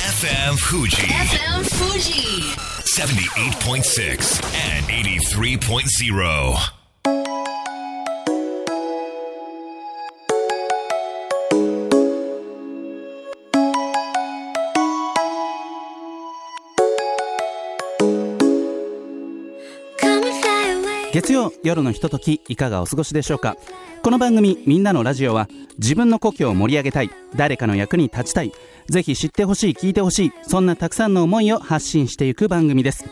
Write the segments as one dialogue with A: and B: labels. A: FM Fuji
B: FM Fuji.
A: 78.6 and 83.0.
C: 月曜夜のひとときいかがお過ごしでしょうかこの番組「みんなのラジオは」自分の故郷を盛り上げたい誰かの役に立ちたいぜひ知ってほしい聞いてほしいそんなたくさんの思いを発信していく番組です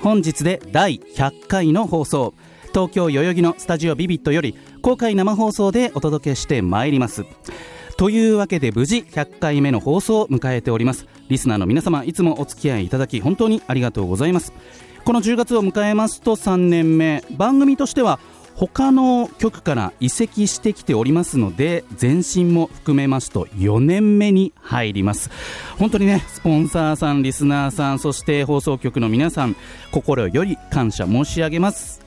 C: 本日で第100回の放送東京代々木のスタジオビビットより公開生放送でお届けしてまいりますというわけで無事100回目の放送を迎えておりますリスナーの皆様いつもお付き合いいただき本当にありがとうございますこの10月を迎えますと3年目番組としては他の局から移籍してきておりますので前身も含めますと4年目に入ります本当にねスポンサーさんリスナーさんそして放送局の皆さん心より感謝申し上げます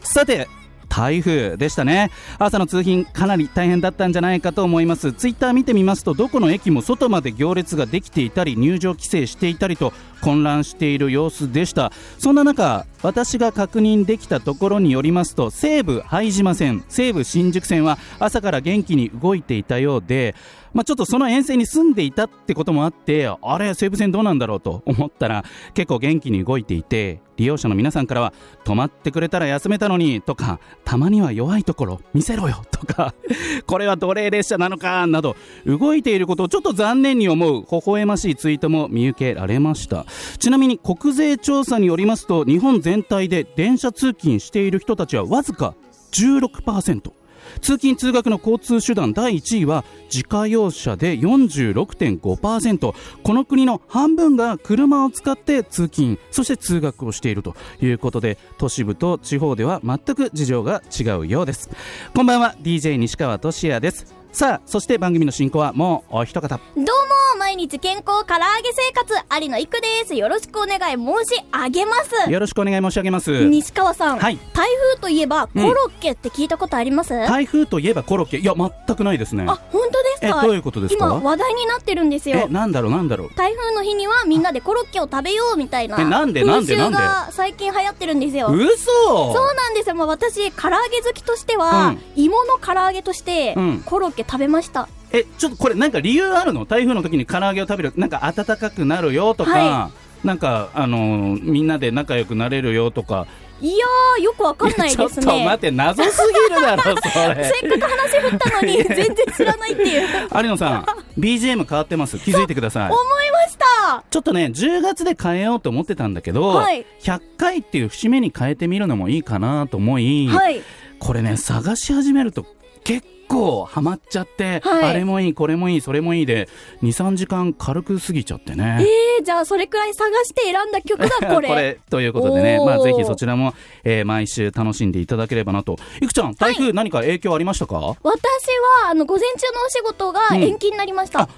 C: さて台風でしたね朝の通勤かなり大変だったんじゃないかと思いますツイッター見てみますとどこの駅も外まで行列ができていたり入場規制していたりと混乱している様子でしたそんな中私が確認できたところによりますと西武拝島線西武新宿線は朝から元気に動いていたようでまあ、ちょっとその沿線に住んでいたってこともあってあれ西武線どうなんだろうと思ったら結構元気に動いていて利用者の皆さんからは止まってくれたら休めたのにとかたまには弱いところ見せろよとかこれは奴隷列車なのかなど動いていることをちょっと残念に思う微笑ましいツイートも見受けられましたちなみに国税調査によりますと日本全体で電車通勤している人たちはわずか16%通勤通学の交通手段第1位は自家用車で46.5%この国の半分が車を使って通勤そして通学をしているということで都市部と地方では全く事情が違うようですこんばんは DJ 西川俊也ですさあそして番組の進行はもうお一方
D: どうも毎日健康唐揚げ生活有野育ですよろしくお願い申し上げます
C: よろしくお願い申し上げます
D: 西川さん、
C: はい
D: 台風といえばコ
C: うん
D: ロッケって聞いたことあります、あ
C: 台風といえばコロッケいや全くないですね
D: 本当です
C: え
D: か
C: どういうことです
D: 今
C: か
D: 話題になってるんです
C: え
D: よ
C: なんだろうなんだろう
D: 台風の日にはみんなでコロッケを食べようみたいな
C: えなんでなんでなんで
D: 風習が最近流行ってるんですよ
C: 嘘
D: そうなんですよ、まあ、私唐揚げ好きとしては、
C: うん
D: 芋の唐揚げとして、
C: うん
D: コロッケ食べました
C: えちょっとこれなんか理由あるの台風の時に唐揚げを食べるなんか暖かくなるよとか、
D: は
C: なんかあのーみんなで仲良くなれるよとか
D: いやーよくわかんない
C: ちょ
D: で
C: っ
D: す
C: と
D: ね
C: 待って謎すぎるだろそれ
D: せっかく話振ったのに 全然知らないっていう
C: 有野さん BGM 変わって ます気づいてください
D: 思いました
C: ちょっとね10月で変えようと思ってたんだけど、
D: はい
C: 100回っていう節目に変えてみるのもいいかなと思い、
D: はい
C: これね探し始めると結構ハマっちゃって、
D: はい
C: あれもいいこれもいいそれもいいで23時間軽く過ぎちゃってね
D: えー、じゃあそれくらい探して選んだ曲がこれ
C: これということでね、まあ、
D: おー
C: ぜひそちらも、えー毎週楽しんでいただければなといくちゃん台風何か影響ありましたか、
D: 私はあの午前中のお仕事が延期になりました、
C: あ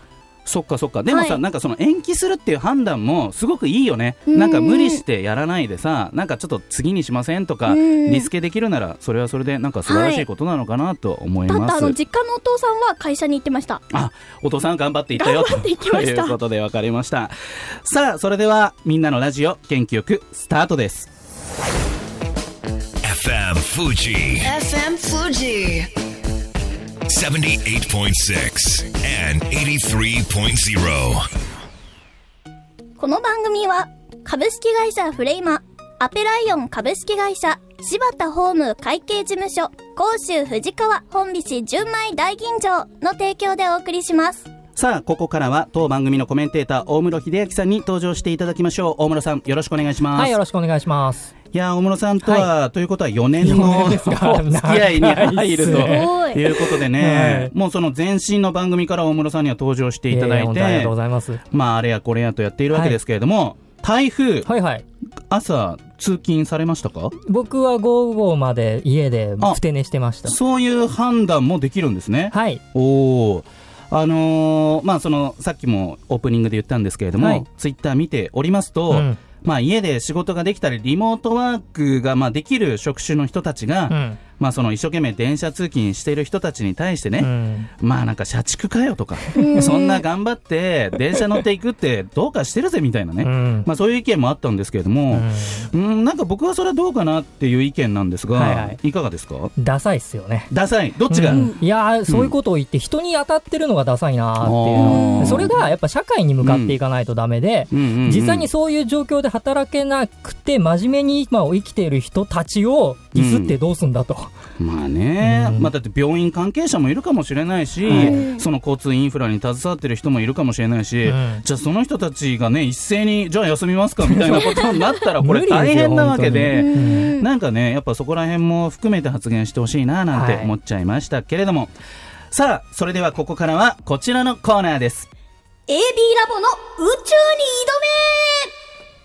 C: そっかそっかでもさ、
D: はい
C: なんかその延期するっていう判断もすごくいいよね
D: うん
C: なんか無理してやらないでさなんかちょっと次にしませんとか
D: うん
C: リスケできるならそれはそれでなんか素晴らしいことなのかなと思い
D: だっ
C: ま
D: てあ
C: す、
D: の実家のお父さんは会社に行ってました
C: あお父さん頑張っていったよ
D: 頑張っていきました
C: ということで分かりましたさあそれではみんなのラジオ元気よくスタートです
A: FM Fuji
B: FM Fuji.
A: 78.6 and 83.0.
D: この番組は株式会社フレイマアペライオン株式会社柴田ホーム会計事務所甲州藤川本菱純米大吟醸の提供でお送りします
C: さあここからは当番組のコメンテーター大室秀明さんに登場していただきましょう大室さんよろしくお願いします、
E: はい、よ
C: い
E: ろしくお願いします。
C: やー大室さんとは、ということは4年の
E: 4年ですか
C: お付き合いに入ると
E: 長
D: すね
E: いっ
C: いうことでね、
E: はい
C: もうその前身の番組から大室さんには登場していただい
E: 本
C: て、
E: 当にありがとうございます。
C: まああれやこれやとやっているわけですけれども、台風、
E: はいはい。
C: 朝通勤されましたか
E: 僕は午後まで家で
C: あ
E: ふて寝してました。
C: そういう判断もできるんですね、
E: はい。
C: おおあのーまあそのさっきもオープニングで言ったんですけれども、
E: はい
C: ツイッター見ておりますと、
E: うん
C: まあ、家で仕事ができたりリモートワークがまあできる職種の人たちが、
E: うん。
C: まあ、その一生懸命電車通勤している人たちに対してね、
E: うん
C: まあなんか社畜かよとか、そんな頑張って電車乗っていくってどうかしてるぜみたいなね、
E: うん
C: まあそういう意見もあったんですけれども、うん、なんか僕はそれはどうかなっていう意見なんですが、
E: はい
C: い
E: はい
C: かがですか
E: ダサいっすよね
C: ダサい、どっちが、
E: うんいやーそういうことを言って人に当たってるのがダサいなーってい
C: あ
E: う
C: ー
E: のそれがやっぱ社会に向かっていかないとダメで、
C: うんうんうん
E: 実際にそういう状況で働けなくて真面目に今を生きている人たちをディスってどうすんだと、
C: まあね、
E: うん
C: まあ、だって病院関係者もいるかもしれないし、
E: は
C: その交通インフラに携わってる人もいるかもしれないし、
E: うん
C: じゃあその人たちがね一斉にじゃあ休みますかみたいなことになったらこ
E: 無
C: れ
E: 理ですよ
C: 大変なわけで。
E: 本当にうん
C: なんかねやっぱそこら辺も含めて発言してほしいななんて
E: はい
C: 思っちゃいましたけれども、さあそれではここからはこちらのコーナーです
D: AB ラボの宇宙に挑めこ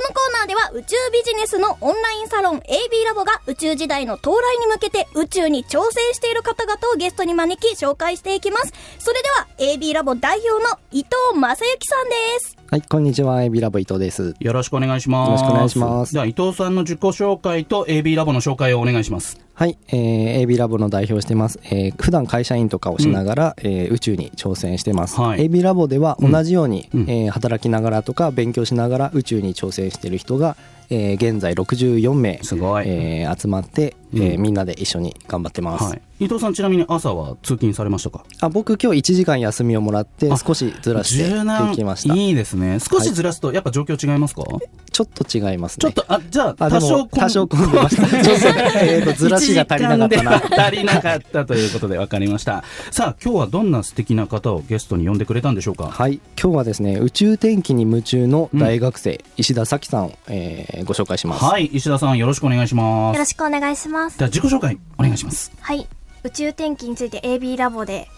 D: のコーナーでは宇宙ビジネスのオンラインサロン AB ラボが宇宙時代の到来に向けて宇宙に挑戦している方々をゲストに招き紹介していきます。それでは AB ラボ代表の伊藤正幸さんです。
F: はい、こんにちは、エビラボ伊藤です。
C: よろしくお願いします
F: よろしくお願いします
C: では伊藤さんの自己紹介と AB ラボの紹介をお願いします
F: はい、えー、エビラボの代表をしてます。えー、普段会社員とかをしながら、えー宇宙に挑戦してます。
C: はい
F: エビラボでは同じように、
C: うん
F: えー働きながらとか勉強しながら宇宙に挑戦している人が、えー、現在64名、
C: すごい
F: えー集まって、えー
C: うん
F: みんなで一緒に頑張ってます。
C: はい、伊藤さんちなみに朝は通勤されましたか
F: あ僕今日1時間休みをもらって
C: あ
F: 少しずらして
C: 柔軟
F: できました
C: いいですね少しずらすとやっぱ状況違いますか、
F: ちょっと違いますね
C: ちょっとあじゃあ
F: あで
C: 多少
F: も
C: こん
F: 多少混んでました ちょっと,、えー、とずらしが足りなかったな
C: 1時間で足りなかったということで分かりましたさあ今日はどんな素敵な方をゲストに呼んでくれたんでしょうか
F: はい、今日はですね宇宙天気に夢中の大学生、石田咲さんを、えーご紹介します。
C: はい石田さんよろしくお願いしま
G: よ
C: す
G: ろしくお願いします
C: で。は自己紹介お願いします
G: はい。宇宙天気について AB ラボで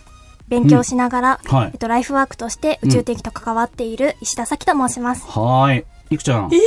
G: 勉強しながら、
C: はい
G: えっと、ライフワークとして宇宙天気と関わっている石田咲と申します。
C: はいいくちゃん、
D: はい
C: 宇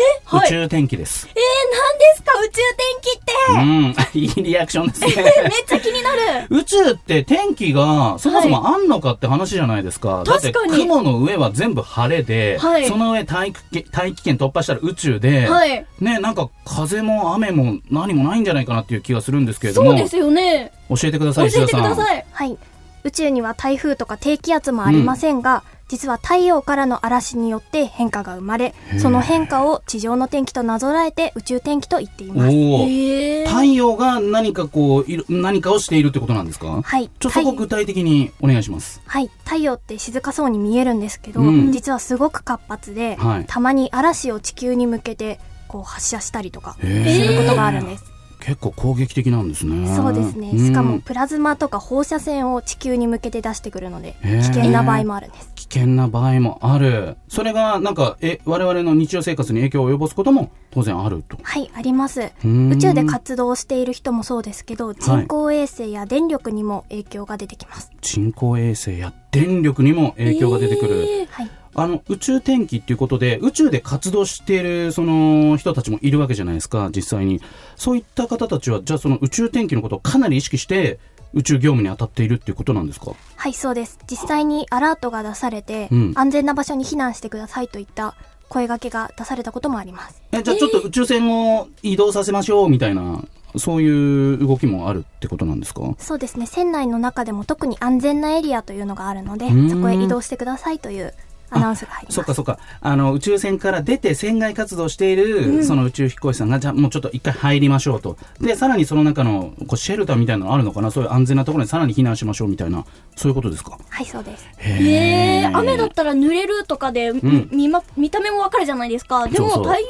C: 宙天気です、
D: えー、何ですか宇宙天気って
C: うん いいリアクションですね
D: めっちゃ気になる
C: 宇宙って天気がそもそもあんのかって話じゃないですか。だって
D: 確かに
C: 雲の上は全部晴れで、
D: はい
C: その上大気圏大気圏突破したら宇宙で、
D: はい。
C: ね、なんか風も雨も何もないんじゃないかなっていう気がするんですけれども、
D: そうですよね。
C: 教えてくださ
D: 教
C: い、
D: え
C: 石
D: て
C: 田
D: く
C: さん。
D: ださい。
G: はい。宇宙には台風とか低気圧もありませんが、実は太陽からの嵐によって変化が生まれ、その変化を地上の天気となぞらえて宇宙天気と言っています。
C: おお、
D: えー
C: 太陽が何かこういろ何かをしているってことなんですか。
G: はい。
C: ちょっとそこ
G: 太陽
C: 具体的にお願いします。
G: はい、太陽って静かそうに見えるんですけど、
C: うん
G: 実はすごく活発で、
C: はい
G: たまに嵐を地球に向けてこう発射したりとかす
C: へー
G: ることがあるんです、
C: 結構攻撃的なんですね。
G: そうですね、
C: ん
G: しかもプラズマとか放射線を地球に向けて出してくるので
C: へー
G: 危険な場合もあるんです
C: 危険な場合もある。それがなんかえ我々の日常生活に影響を及ぼすことも当然あると。
G: はいあります
C: うん
G: 宇宙で活動している人もそうですけど人工衛星や電力にも影響が出てきます、
C: 人工衛星や電力にも影響が出てくる。
G: はい、
C: あの宇宙天気っていうことで宇宙で活動しているその人たちもいるわけじゃないですか実際にそういった方たちはじゃあその宇宙天気のことをかなり意識して宇宙業務に当たっているっていうことなんですか
G: はい、そうです。実際にアラートが出されて、
C: うん
G: 安全な場所に避難してくださいといった声掛けが出されたこともあります。
C: えじゃあちょっと宇宙船を移動させましょうみたいなそういう動きもあるってことなんですか
G: そうですね、船内の中でも特に安全なエリアというのがあるので
C: ーん、
G: そこへ移動してくださいというアナウンスが入り
C: そ
G: ま
C: っ
G: す。
C: かそっかあの宇宙船から出て船外活動しているその宇宙飛行士さんが、じゃあもうちょっと一回入りましょうとでさらにその中のこうシェルターみたいなのあるのかなそういう安全なところにさらに避難しましょうみたいなそういうことですか
G: はい、そうです。
D: ええ雨だったら濡れるとかで、
C: ん
D: 見ま、見た目もわかるじゃないですか。でも
C: そうそう
D: 太陽フ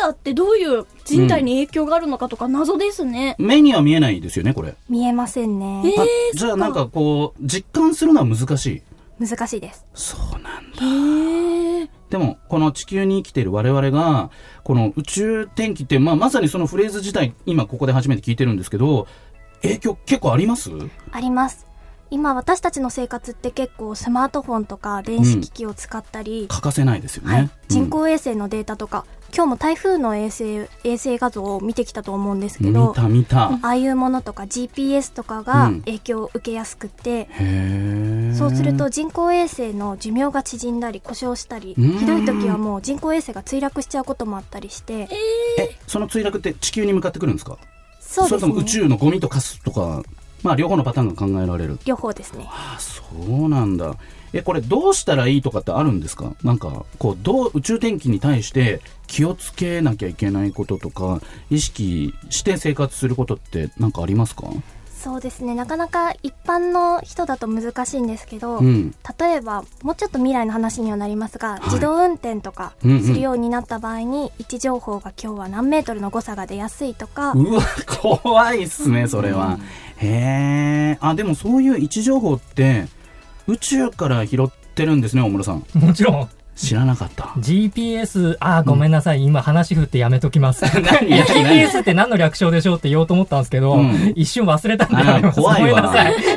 D: レアってどういう人体に影響があるのかとか謎ですね。
C: 目には見えないですよねこれ、
G: 見えませんね。
D: えー
C: あじゃあなんかこう実感するのは難しい
G: 難しいです。
C: そうなんだ
D: へえ
C: でもこの地球に生きている我々がこの宇宙天気って、まあ、まさにそのフレーズ自体今ここで初めて聞いてるんですけど影響結構あります
G: あります。今私たちの生活って結構スマートフォンとか電子機器を使ったり、
C: 欠かせないですよね、
G: はい、人
C: うん
G: 工衛星のデータとか、今日も台風の衛星衛星画像を見てきたと思うんですけど
C: 見た見た、
G: ああいうものとか GPS とか
C: う
G: が
C: ん
G: 影響を受けやすくて、
C: へえ
G: そうすると人工衛星の寿命が縮んだり故障したり、
C: うん
G: ひどい時はもう人工衛星が墜落しちゃうこともあったりして、
C: えその墜落って地球に向かってくるんですか
G: そう
C: そ
G: で
C: れと
G: す
C: も宇
G: ね
C: 宙のゴミと化すとか、まあ、両方のパターンが考えられる
G: 両方ですね
C: あそうなんだえこれどうしたらいいとかってあるんですかなんかこうどう宇宙天気に対して気をつけなきゃいけないこととか意識して生活することってなんかありますか
G: そうですねなかなか一般の人だと難しいんですけど、
C: うん
G: 例えばもうちょっと未来の話にはなりますが、
C: い
G: 自動運転とかす
C: うんうん
G: るようになった場合に、位置情報が今日は何メートルの誤差が出やすいとか、
C: うわ怖いっすねそれは、へえあでもそういう位置情報って宇宙から拾ってるんですね大室さん
E: もちろん
C: 知らなかった
E: GPS あーごめんなさい、今話振ってやめとき ます
C: 何や何
E: GPS って何の略称でしょうって言おうと思ったんですけど、
C: うん
E: 一瞬忘 れたんで
C: あ
E: あり
C: ー
E: ます
C: 怖い
E: ごめんな
C: わ
E: さい。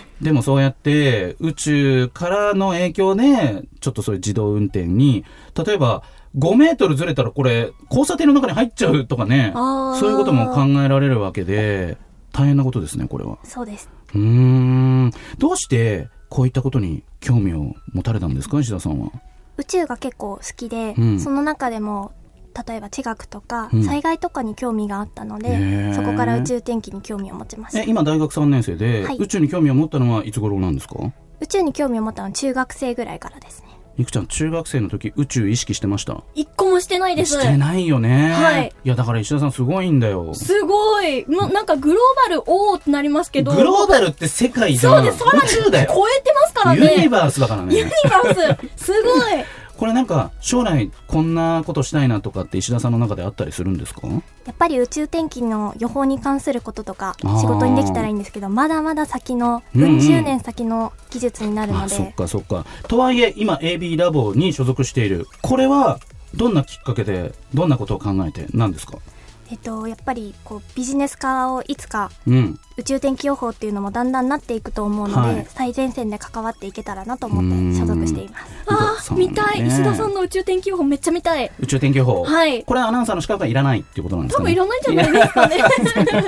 C: でもそうやって宇宙からの影響でちょっとそういう自動運転に例えば5メートルずれたらこれ交差点の中に入っちゃうとかね
G: あー
C: そういうことも考えられるわけで大変なことですねこれは。
G: そうです
C: うーんどうしてこういったことに興味を持たれたんですか石田さんは。
G: 宇宙が結構好きで、
C: うん
G: その中でも例えば地学とか
C: うん
G: 災害とかに興味があったので、
C: へー
G: そこから宇宙天気に興味を持ちまし
C: え
G: た
C: 今大学3年生で、
G: はい
C: 宇宙に興味を持ったのはいつ頃なんですか
G: 宇宙に興味を持ったのは中学生ぐらいからですね
C: いくちゃん中学生の時宇宙意識してました
H: 一個もしてないです。
C: してないよね、
H: はい
C: やだから石田さんすごいんだよ
H: すごい。ななんかグローバル王ってなりますけど。
C: グローバルって世界じゃ
H: そうんです。さらに
C: 宇宙だよ
H: 超えてますから
C: ユニ
H: ね。
C: バースだから
H: ユニ
C: ね
H: バース。すごい。
C: これなんか将来こんなことしたいなとかって石田さんの中であったりするんですか
G: やっぱり宇宙天気の予報に関することとか
C: あー
G: 仕事にできたらいいんですけどまだまだ先の
C: うんうん
G: うん十年先の技術になるの
C: あ
G: で、
C: そっかそっかとはいえ今 AB ラボに所属しているこれはどんなきっかけでどんなことを考えて何ですか
G: えっと、やっぱりこうビジネス化をいつか
C: うん
G: 宇宙天気予報っていうのもだんだんなっていくと思うので、
C: はい
G: 最前線で関わっていけたらなと思って所属しています。
H: あ
C: そう
H: ー、
C: ね
H: 見たい。石田さんの宇宙天気予報めっちゃ見たい。
C: 宇宙天気予報
H: はい
C: これアナウンサーの資格はいらないっていうことなんです
H: 多
C: か、
H: 分
C: ね、
H: いらないんじゃないです かね。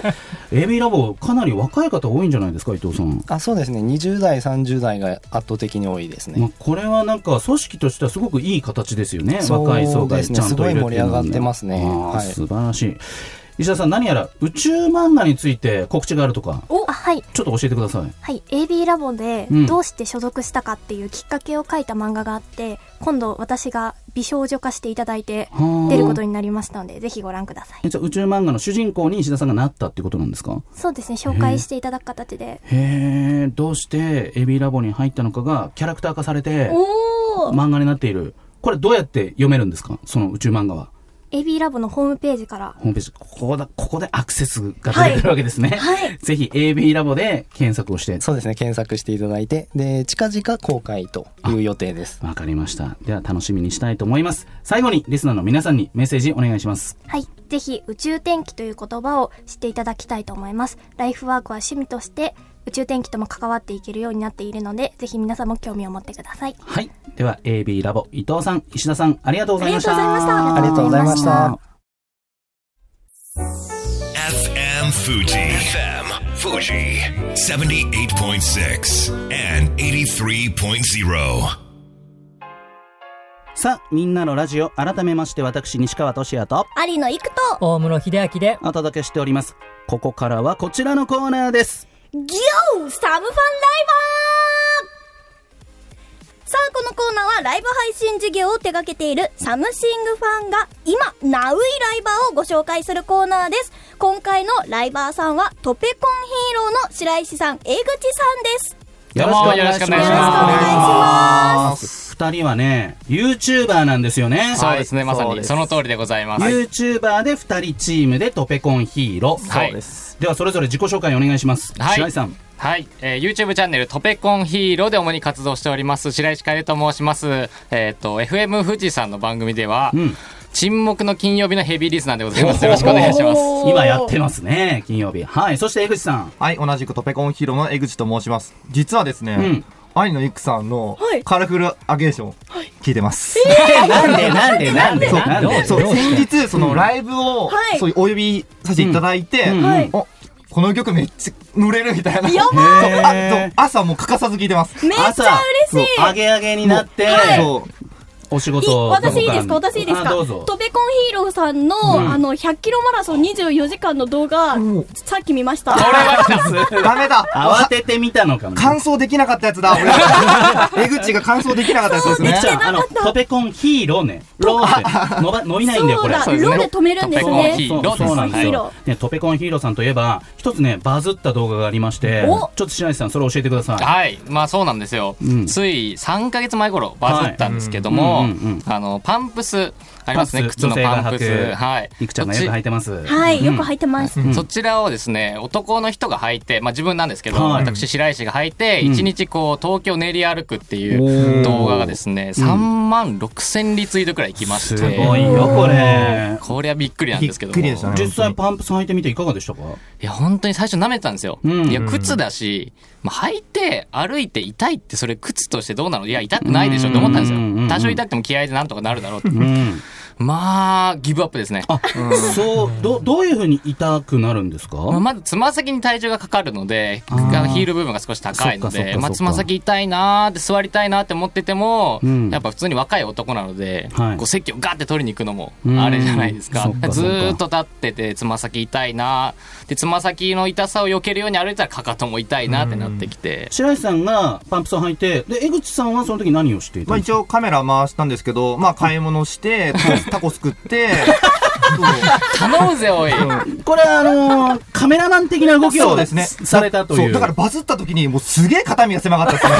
C: AB ラボかなり若い方多いんじゃないですか伊藤さん
F: あそうですね20代30代が圧倒的に多いです
C: まあ
F: ね。、
C: これはなんか組織としてはすごくいい形ですよね
F: そう
C: 若い層が
F: です
C: ち
F: ね
C: ゃんとい
F: すご
C: るっていうのは
F: い盛り上がってますね
C: あー
F: はい
C: 素晴らしい石田さん何やら宇宙漫画について告知があるとか
G: あはい、
C: ちょっと教えてください
G: はい、AB ラボで
C: うん
G: どうして所属したかっていうきっかけを書いた漫画があって、今度私が美少女化していただいて
C: はあ
G: 出ることになりましたのでぜひご覧ください
C: えじゃあ宇宙漫画の主人公に石田さんがなったっていうことなんですか
G: そうですね紹介していただく形で
C: へえどうしてエビラボに入ったのかがキャラクター化されて
H: おー。
C: 漫画になっているこれどうやって読めるんですかその宇宙漫画は
G: AB ラボのホームページから
C: ホームページここだここでアクセスが出てくるわけですね、
H: はい。
C: ぜひ AB ラボで検索をして
F: そうですね検索していただいてで近々公開という予定です。
C: わかりました。では楽しみにしたいと思います。最後にリスナーの皆さんにメッセージお願いします。
G: はい。ぜひ、宇宙天気という言葉を知っていただきたいと思います。ライフワークは趣味として、宇宙天気とも関わっていけるようになっているので、ぜひ皆さんも興味を持ってください。
C: はい。では AB ラボ伊藤さん、石田さん、ありがとうございました。
F: ありがとうございました。
A: FM Fuji. FM Fuji. 78.6 and 83.0.
C: さあ、みんなのラジオ、改めまして私、西川俊也と
D: 有野行くと
E: 大室秀明で、
C: お届けしております。ここからはこちらのコーナーです。
D: ギオーサブファンライバーさあ、このコーナーはライブ配信事業を手掛けているサムシングファンが今、ナウイライバーをご紹介するコーナーです。今回のライバーさんはトペコンヒーローの白石さん、江口さんです。
C: よろしくお願いします。
I: よろしくお願いし
C: 二人はね、YouTuber なんですよね。
I: そうですね、まさ
F: そうで
I: に
F: す
I: その通りでございます。
C: YouTuber で二人チームでトペコンヒーロー。
I: はい
F: そうです。
C: ではそれぞれ自己紹介お願いします。
I: はい
C: 白井さん。
I: はい、えー YouTube チャンネルトペコンヒーローで主に活動しております白石楓と申します。えっ、と FM 富士さんの番組では、
C: うん
I: 沈黙の金曜日のヘビーリスナーでございます。よろしくお願いします。
C: 今やってますね、金曜日。はい、そして江口さん。
J: はい、同じくトペコンヒーローの江口と申します。実はですね、愛のイクさんの
H: はい
J: カラフルアゲーション、聞いてます。
C: なんでなんでなんで
J: そう
C: なんで
J: そう先日、そのライブを、
H: はい
J: そういうお呼びさせていただいて、
C: うんうん
H: はい
J: おこの曲めっちゃ乗れるみたいな。
H: や
J: そう
C: へー
J: あそう朝もう欠かさず聞いてます。
H: めっちゃ嬉しい。
C: そう上げ上げになって、
J: もうそう
C: お仕事
H: 私いいですか私いいです
C: あ
H: か
C: どうぞ
H: トペコンヒーローさんの、
C: うん
H: あの、100キロマラソン24時間の動画、さっき見ました。
J: ダメだ
C: 慌ててみたのかもね
J: 完走できなかったやつだ 俺江口が完走できなかったやつです
C: みっ
J: ね
C: ちゃんあのトペコンヒーローねロ ーって伸ば伸びないんだよこれ
H: そうだローで止めるんですねトペコンヒーロー
C: そうそうなんです
H: ヒー
C: よ
H: ロ
C: ねトペコンヒーローさんといえば一つねバズった動画がありましてち
I: お
C: ょっと白石さんそれ教えてください
I: はい、まあそうなんですよ、
C: うん
I: つい3か月前頃バズったんですけども、
C: はいうんうんうん
I: あのパンプスありますね靴のパンプ
C: 女性が履く
I: スはい
C: いくちゃんがよく履いてます
H: はい、よく履いてます。
I: そちらをですね男の人が履いて、まあ、自分なんですけど、
C: はい
I: 私白石が履いて
C: うん
I: 一日こう東京練り歩くって
C: お
I: い
C: ー
I: う動画がですね
C: うん
I: 3万6千リツイートくらいいきまして
C: すごいよこれ
I: こりゃびっくりなんですけども
C: びっくりでしたね実際パンプス履いてみていかがでしたか
I: いや本当に最初舐めてたんですよ、
C: ん
I: いや靴だし、まあ、履いて歩いて痛いってそれ靴としてどうなのいや痛くないでしょって思ったんですよ、
C: うんうんうん
I: 多少痛くても気合でなんとかなるだろうって、
C: うん
I: まあギブアップですね
C: あ、そうどどういうふうに痛くなるんですか
I: まあまずつま先に体重がかかるので
C: あー
I: ヒール部分が少し高いの
C: そっかそっかそっ
I: で
C: か
I: まあつま先痛いなーって座りたいなーって思ってても、
C: うん
I: やっぱ普通に若い男なので、
C: はい
I: こう席をガッて取りに行くのも
C: うん
I: あれじゃないですか
C: そっかそっか
I: ずーっと立っててつま先痛いなーでつま先の痛さを避けるように歩いたらかかとも痛いなーってなってきて、
C: 白石さんがパンプスを履いてで江口さんはその時何をしていた
J: まあ
C: んです
J: 一応カメラ回したんですけどまあ買い物してタコタコす くって
I: 頼むぜおい
C: かこれあのーカメラマン的な動き
J: そ
C: を
J: うですね
C: されたとい
J: そうだからバズった時にもうすげえ肩身が狭かったですね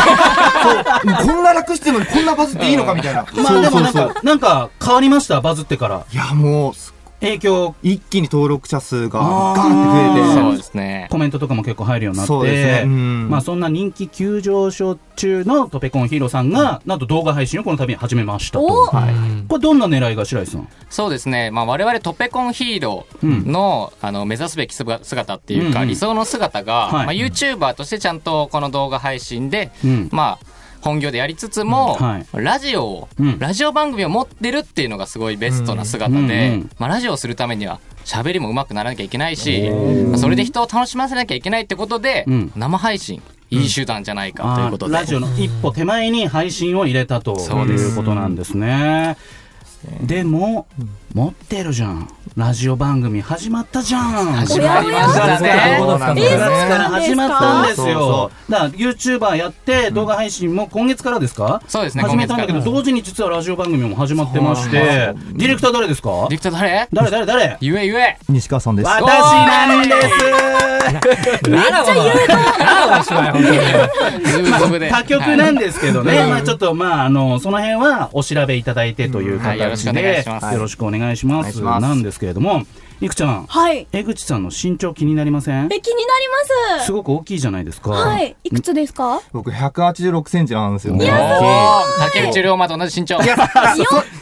J: そうこんな楽してるのにこんなバズっていいのかみたいな
C: まあでもなん
J: そうそう
C: か、なんか変わりました、バズってから。
J: いやもう
C: 影響
J: 一気に登録者数が
C: あ
J: ガ
C: ー
J: ーンって増
I: そ
J: え
I: う
J: て
I: ですね
C: コメントとかも結構入るようになっ
J: そうです
C: て、
J: ねうん
C: まあそんな人気急上昇中のトペコンヒーローさんが、なんと動画配信をこの度始めましたと。はいこれどんな狙いが白石さん
I: そうですね、まあ、我々トペコンヒーローの,、あの目指すべき姿姿っていうか、
C: うんうん
I: 理想の姿が、
C: はい
I: まあ、YouTuber としてちゃんとこの動画配信で、
C: うん
I: まあ、本業でやりつつも、
C: うんはい
I: ラジオを、
C: うん
I: ラジオ番組を持ってるっていうのがすごいベストな姿で、
C: うんうん
I: まあ、ラジオをするためには喋りも上手くならなきゃいけないし、まあそれで人を楽しませなきゃいけないってことで、
C: うん
I: 生配信いい手段じゃないかということで、
C: ラジオの一歩手前に配信を入れたと
I: そうです
C: いうことなんですね。でも、持ってるじゃん。ラジオ番組始まったじゃん。
I: 始まりましたね。
J: そうなんです
C: 9月
J: ね
C: から始まったんです
J: そう
C: よ
J: そ。
C: だから YouTuber やって動画配信も今月からですか、
I: そうですね
C: 始めたんだけど、
I: 今月か
C: 同時に実はラジオ番組も始まってまして、ディレクター誰ですか
I: ディレクター誰
C: 誰誰誰
I: ゆえゆえ
J: 西川さんです
C: 私なんです
E: めっちゃ言うなあおしまい本当に
I: ズブズブで
C: 他局なんですけどね、まあちょっとまああのその辺はお調べいただいてという
I: はいよ
C: 形
I: ろしくお願い
C: で
I: します
C: よろしくお願いしま
J: お願い
C: す
J: します
C: なんですけれども、いくちゃん、
H: はい。
C: 江口さんの身長気になりません？
H: え、気になります
C: す。ごく大きいじゃないですか。
H: はい。いくつですか
J: 僕186センチなんですよね
I: 竹内涼真と同じ身長。
J: いや、そ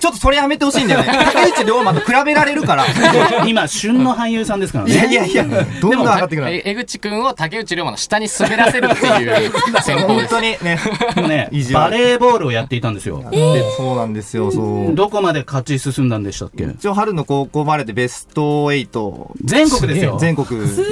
J: ちょっとそれやめてほしいんだよね。竹内涼真と比べられるから。い
C: 今旬の俳優さんですからね。
J: やいやいや、どんどん上がってく
I: え
J: る。
I: 江口くんを竹内涼真の下に滑らせるっていう戦法
J: 本
I: です
J: 当。にね。
C: もうね
J: 意、地
C: バ
J: 悪
C: レーボールをやっていたんですよ。
J: でそうなんですよ、そう。
C: どこまで勝ち進んだんでしたっけ
J: 一応春の高校まででベスト8。
C: 全国ですよ。
J: 全国。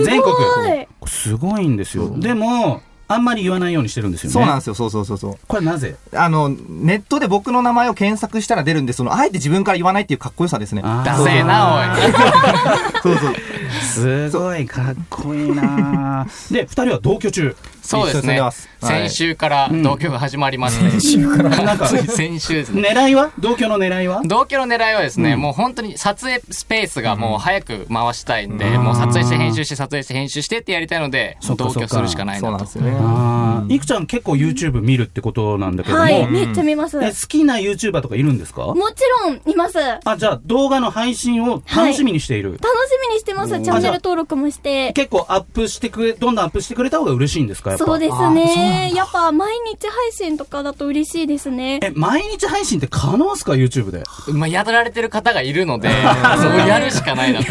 C: 全国。
H: はい。
C: すごいんですよ。でも、あんまり言わないようにしてるんですよね。
J: そうなんですよ、そうそうそうそう。
C: これなぜ
J: あの、ネットで僕の名前を検索したら出るんで、その、あえて自分から言わないっていうかっこよさですね。
C: あー
I: ダセえな、おい。
J: そうそう。
C: すごいかっこいいなで、二人は同居中。
I: そうですね
J: 一緒に住んでます。はい
I: 先週から同居が始まりますね。先週から。 なんか、先週ですね。
C: 狙いは同居の狙いは
I: 同居の狙いはですね、もう本当に撮影スペースがもう早く回したいんで、もう撮影して編集して撮影して編集してってやりたいので、
C: そっかそっ
I: 同
C: か
I: 居するしかない
J: そう
I: な
J: なん
I: と。
J: ですよね。
C: あーいくちゃん結構 YouTube 見るってことなんだけども、
H: はい。めっちゃ見ます。
C: え
H: も
C: 好きな YouTuber とかいるんですか
H: ちろん、います。楽
C: あ、じゃあ動画の配信を楽しみにしている。
H: しみにしてます。チャンネル登録もして。
C: 結構アップしてくれ、どんどんアップしてくれた方が嬉しいんですかやっぱ
H: そうですね。やっぱ毎日配信とかだと嬉しいですね。
C: え、毎日配信って可能っすか ?YouTube で。
I: まあ、やられてる方がいるので、そうやるしかないなと。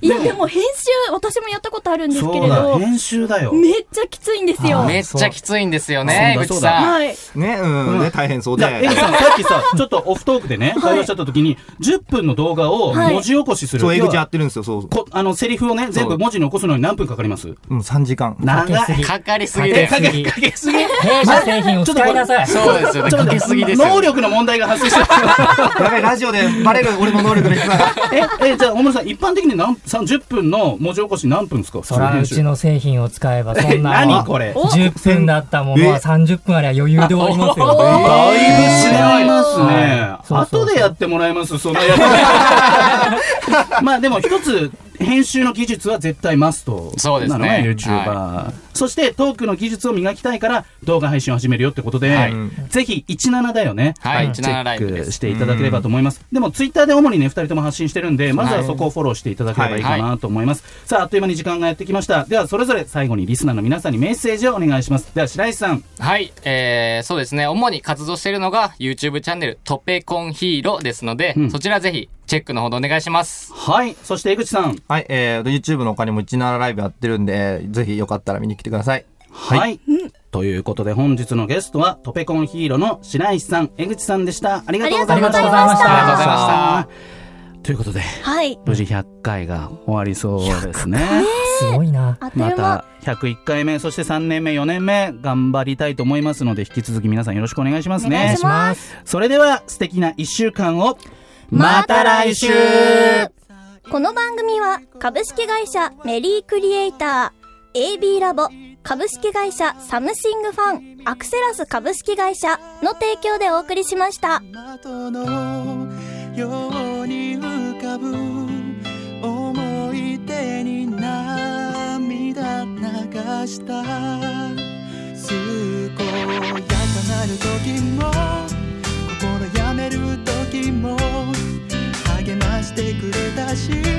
H: いや、でも編集、私もやったことあるんですけ
C: そう
H: れ
C: だ、
H: ど、
C: 編集だよ。
H: めっちゃきついんですよ。
I: めっちゃきついんですよね、
C: そうだ
I: 江
C: そ
I: 口
C: うだ
I: さん。
H: はい。
J: ね、うん、ね、大変そう
C: じゃあ、エ
J: で
C: リ。さん、さっきさ、ちょっとオフトークでね、会話しちゃった時に、10分の動画を文字起こしする。
J: そう、エグチやってるんるんですよ、そう。
C: こあのセリフをね、全部文字に起こすのに何分かかります
J: うん、3時間。
C: 長い。
I: かかりすぎ
C: かけ
I: で
C: か
I: す
C: けかけすぎ。
E: 弊社製品を使いなさい。
I: そうですよね
C: ちょっ
I: か
C: と
I: けすぎですよ
C: 能力の問題が発生してます。
J: やべえ、ラジオでバレる俺の能力の人だ。
C: え、え、じゃあ、大村さん、一般的に何、三十分の文字起こし何分ですか普通
E: そら、う
C: 編集
E: ちの製品を使えば、そ
C: え、
E: んな
C: 何
E: の。
C: これ
E: 10分だったものは30分ありゃ余裕で終わりますよ。
C: だいぶ違いますね。
E: そうそうそう
C: 後でやってもらいます、そのやつ まあでも一つ、編集の技術は絶対マスト
I: そうですね
C: なのが YouTuber、
I: は
C: そしてトークの技術を磨きたいから動画配信を始めるよってことで、
I: はい
C: ぜひ17だよね、
I: はい
C: チ
I: 17
C: ェ
I: ライブ
C: ッ
I: で
C: ク
I: す
C: していただければと思います、でもツイッターで主にね2人とも発信してるんでまずはそこをフォローしていただければいいかなと思います、さああっという間に時間がやってきましたではそれぞれ最後にリスナーの皆さんにメッセージをお願いしますでは白石さん
I: はい、えー、そうですね。主に活動しているのが YouTube チャンネルトペコンヒーローですので、
C: ん
I: そちらぜひチェックのほどお願いします。
C: はいそして江口さん
J: はい、えー、YouTube の他にも17ライブやってるんで、えーぜひよかったら見に来てください。
C: はい、ということで本日のゲストはトペコンヒーローの白石さん江口さんでしたありがとうございました
E: ありがとうございました
I: ありがとうございました。
C: ということで
D: はい。
C: 無事100回が終わりそうですね
E: すごいな。。
D: あっとい
C: ま
D: う間。
C: た101回目そして3年目4年目頑張りたいと思いますので引き続き皆さんよろしくお願いしますね
D: お願いします
C: それでは素敵な1週間を
D: この番組は株式会社メリークリエイター AB ラボ株式会社サムシングファンアクセラス株式会社の提供でお送りしました。
K: 窓のように浮かぶ思い出に涙流した健やかなる時も心やめる時も励ましてくれたし